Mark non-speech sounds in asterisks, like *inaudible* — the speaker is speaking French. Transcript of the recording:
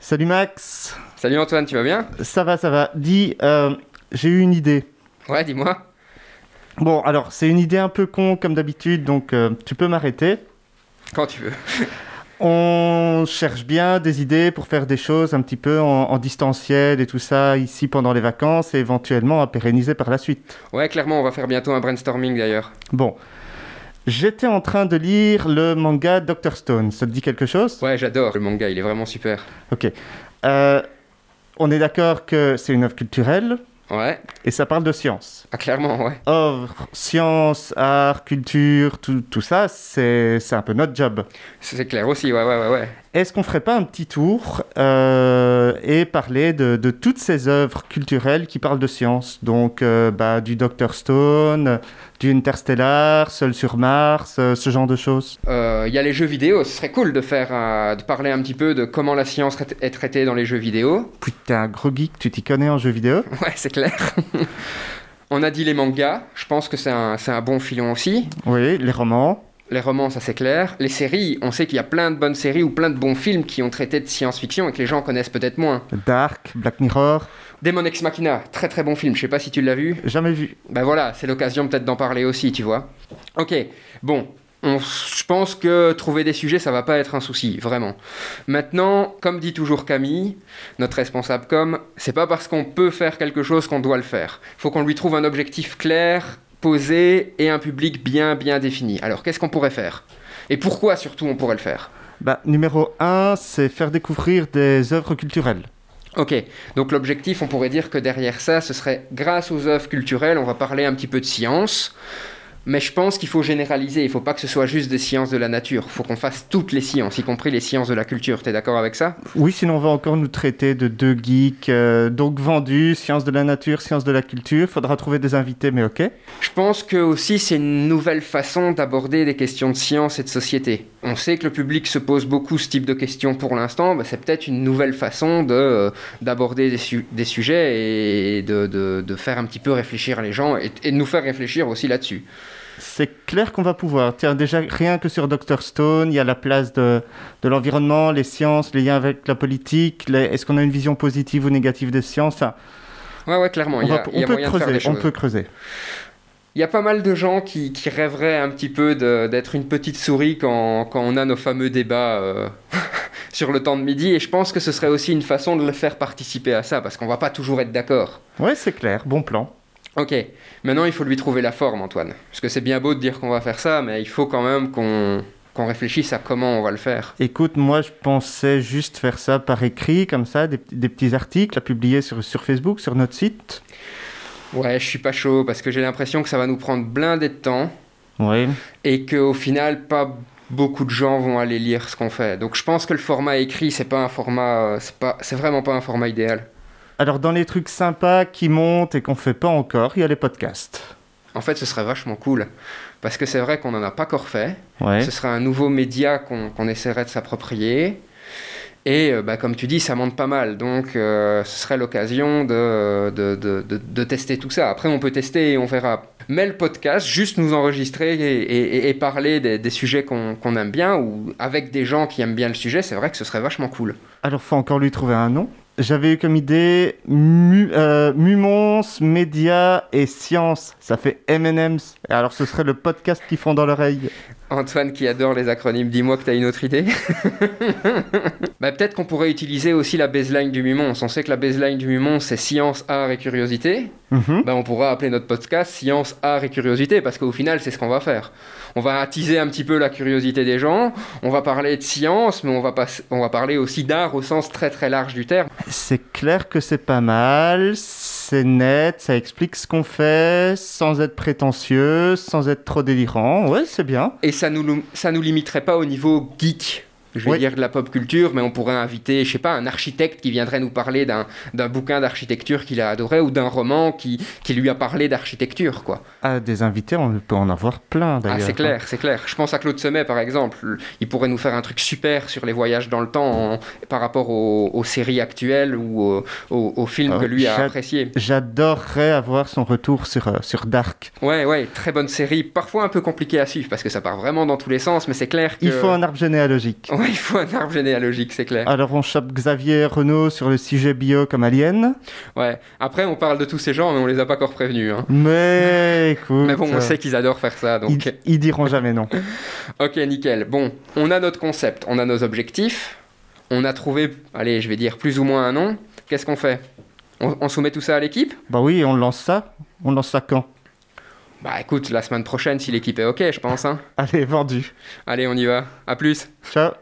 Salut Max Salut Antoine, tu vas bien Ça va, ça va. Dis, euh, j'ai eu une idée. Ouais, dis-moi. Bon, alors, c'est une idée un peu con comme d'habitude, donc euh, tu peux m'arrêter. Quand tu veux. On cherche bien des idées pour faire des choses un petit peu en, en distanciel et tout ça ici pendant les vacances et éventuellement à pérenniser par la suite. Ouais, clairement, on va faire bientôt un brainstorming d'ailleurs. Bon. J'étais en train de lire le manga Doctor Stone. Ça te dit quelque chose Ouais, j'adore le manga, il est vraiment super. Ok. Euh, on est d'accord que c'est une œuvre culturelle Ouais, et ça parle de science. ah, clairement, ouais. Œuvre, science, art, culture, tout, tout ça, c'est c'est un peu notre job. C'est clair aussi, ouais, ouais, ouais. ouais. Est-ce qu'on ferait pas un petit tour euh, et parler de, de toutes ces œuvres culturelles qui parlent de science Donc, euh, bah, du Dr Stone, du Interstellar, Seul sur Mars, euh, ce genre de choses. Euh, Il y a les jeux vidéo, ce serait cool de, faire, un- de parler un petit peu de comment la science tra- est traitée dans les jeux vidéo. Putain, gros geek, tu t'y connais en jeux vidéo *laughs* Ouais, c'est clair. *laughs* on a dit les mangas, je pense que c'est un, c'est un bon filon aussi. Oui, les romans. Les romans, ça c'est clair. Les séries, on sait qu'il y a plein de bonnes séries ou plein de bons films qui ont traité de science-fiction et que les gens connaissent peut-être moins. Dark, Black Mirror, Demon Ex Machina, très très bon film, je sais pas si tu l'as vu. jamais vu. Ben voilà, c'est l'occasion peut-être d'en parler aussi, tu vois. Ok, bon, on- je pense que trouver des sujets, ça va pas être un souci, vraiment. Maintenant, comme dit toujours Camille, notre responsable com, c'est pas parce qu'on peut faire quelque chose qu'on doit le faire. Faut qu'on lui trouve un objectif clair, posé et un public bien bien défini. Alors qu'est-ce qu'on pourrait faire Et pourquoi surtout on pourrait le faire Bah, numéro 1, c'est faire découvrir des œuvres culturelles. Ok, donc l'objectif, on pourrait dire que derrière ça, ce serait grâce aux œuvres culturelles, on va parler un petit peu de science, mais je pense qu'il faut généraliser, il faut pas que ce soit juste des sciences de la nature, faut qu'on fasse toutes les sciences, y compris les sciences de la culture, t'es d'accord avec ça Oui, sinon on va encore nous traiter de deux geeks, euh, donc vendus, sciences de la nature, sciences de la culture. Faudra trouver des invités, mais ok. Je pense que aussi c'est une nouvelle façon d'aborder des questions de science et de société. On sait que le public se pose beaucoup ce type de questions pour l'instant, bah, c'est peut-être une nouvelle façon de, euh, d'aborder des, su- des sujets et de, de- de faire un petit peu réfléchir les gens et- et de nous faire réfléchir aussi là-dessus. C'est clair qu'on va pouvoir. Tiens, déjà, rien que sur Dr Stone, il y a la place de, de l'environnement, les sciences, les liens avec la politique. les- Est-ce qu'on a une vision positive ou négative des sciences Enfin, Ouais, ouais, clairement. on, Il y a, va- il y on a peut moyen de faire des creuser, on choses. peut creuser. Il y a pas mal de gens qui, qui rêveraient un petit peu de- d'être une petite souris quand, quand on a nos fameux débats euh, *laughs* sur le temps de midi. Et je pense que ce serait aussi une façon de le faire participer à ça, parce qu'on va pas toujours être d'accord. Ouais, c'est clair, bon plan. Ok, maintenant il faut lui trouver la forme, Antoine. Parce que c'est bien beau de dire qu'on va faire ça, mais il faut quand même qu'on qu'on réfléchisse à comment on va le faire. Écoute, moi je pensais juste faire ça par écrit, comme ça, des, des petits articles à publier sur, sur Facebook, sur notre site. Ouais, je suis pas chaud, parce que j'ai l'impression que ça va nous prendre blindé de temps. Oui. et qu'au final, pas beaucoup de gens vont aller lire ce qu'on fait. Donc je pense que le format écrit, c'est pas un format, euh, c'est pas, c'est vraiment pas un format idéal. Alors, dans les trucs sympas qui montent et qu'on fait pas encore, il y a les podcasts. En fait, ce serait vachement cool parce que c'est vrai qu'on en a pas encore fait. Ouais. Ce serait un nouveau média qu'on qu'on essaierait de s'approprier. Et euh, bah, comme tu dis, ça monte pas mal, donc euh, ce serait l'occasion de, de, de- de- de tester tout ça. Après, on peut tester et on verra. Mais le podcast, juste nous enregistrer et, et- et parler des, des sujets qu'on qu'on aime bien ou avec des gens qui aiment bien le sujet, c'est vrai que ce serait vachement cool. Alors, faut encore lui trouver un nom. J'avais eu comme idée mu euh, Mumons, Média et Science. Ça fait M&M's. Et Alors, ce serait le podcast qui font dans l'oreille. Antoine qui adore les acronymes, dis-moi que t'as une autre idée. *laughs* bah, peut-être qu'on pourrait utiliser aussi la baseline du Mumon. On sait que la baseline du Mumon, c'est science, art et curiosité. Mhm. Bah, on pourra appeler notre podcast science, art et curiosité parce qu'au final, c'est ce qu'on va faire. On va attiser un petit peu la curiosité des gens. On va parler de science, mais on va, pas, on va parler aussi d'art au sens très très large du terme. C'est clair que c'est pas mal, c'est net, ça explique ce qu'on fait, sans être prétentieux, sans être trop délirant. Ouais, c'est bien. Et ça nous, ça nous limiterait pas au niveau geek. je vais Oui. dire de la pop culture, mais on pourrait inviter, je sais pas, un architecte qui viendrait nous parler d'un d'un bouquin d'architecture qu'il a adoré ou d'un roman qui, qui lui a parlé d'architecture, quoi. Ah, des invités, on peut en avoir plein d'ailleurs. Ah, c'est clair, c'est clair. Je pense à Claude Semet, par exemple. Il pourrait nous faire un truc super sur les voyages dans le temps en- par rapport aux, aux séries actuelles ou aux, aux- aux films Ah, que lui a j'a- appréciés. J'adorerais avoir son retour sur, euh, sur Dark. Ouais, ouais, très bonne série. Parfois un peu compliquée à suivre parce que ça part vraiment dans tous les sens, mais c'est clair que... Il faut un arbre généalogique. *laughs* Ouais, il faut un arbre généalogique, c'est clair. Alors on chope Xavier Renault sur le sujet bio comme alien, Ouais. Après, on parle de tous ces gens, mais on les a pas encore prévenus. hein. *laughs* mais écoute, Mais bon, on euh, sait qu'ils adorent faire ça, donc... ils, ils diront jamais non. Ok, nickel. Bon, on a notre concept, on a nos objectifs, on a trouvé, allez, je vais dire plus ou moins un nom. Qu'est-ce qu'on fait on, on soumet tout ça à l'équipe Bah oui, on lance ça. On lance ça quand Bah écoute, la semaine prochaine, si l'équipe est ok, je pense. Hein. Allez, vendu. Allez, on y va. À plus. Ciao.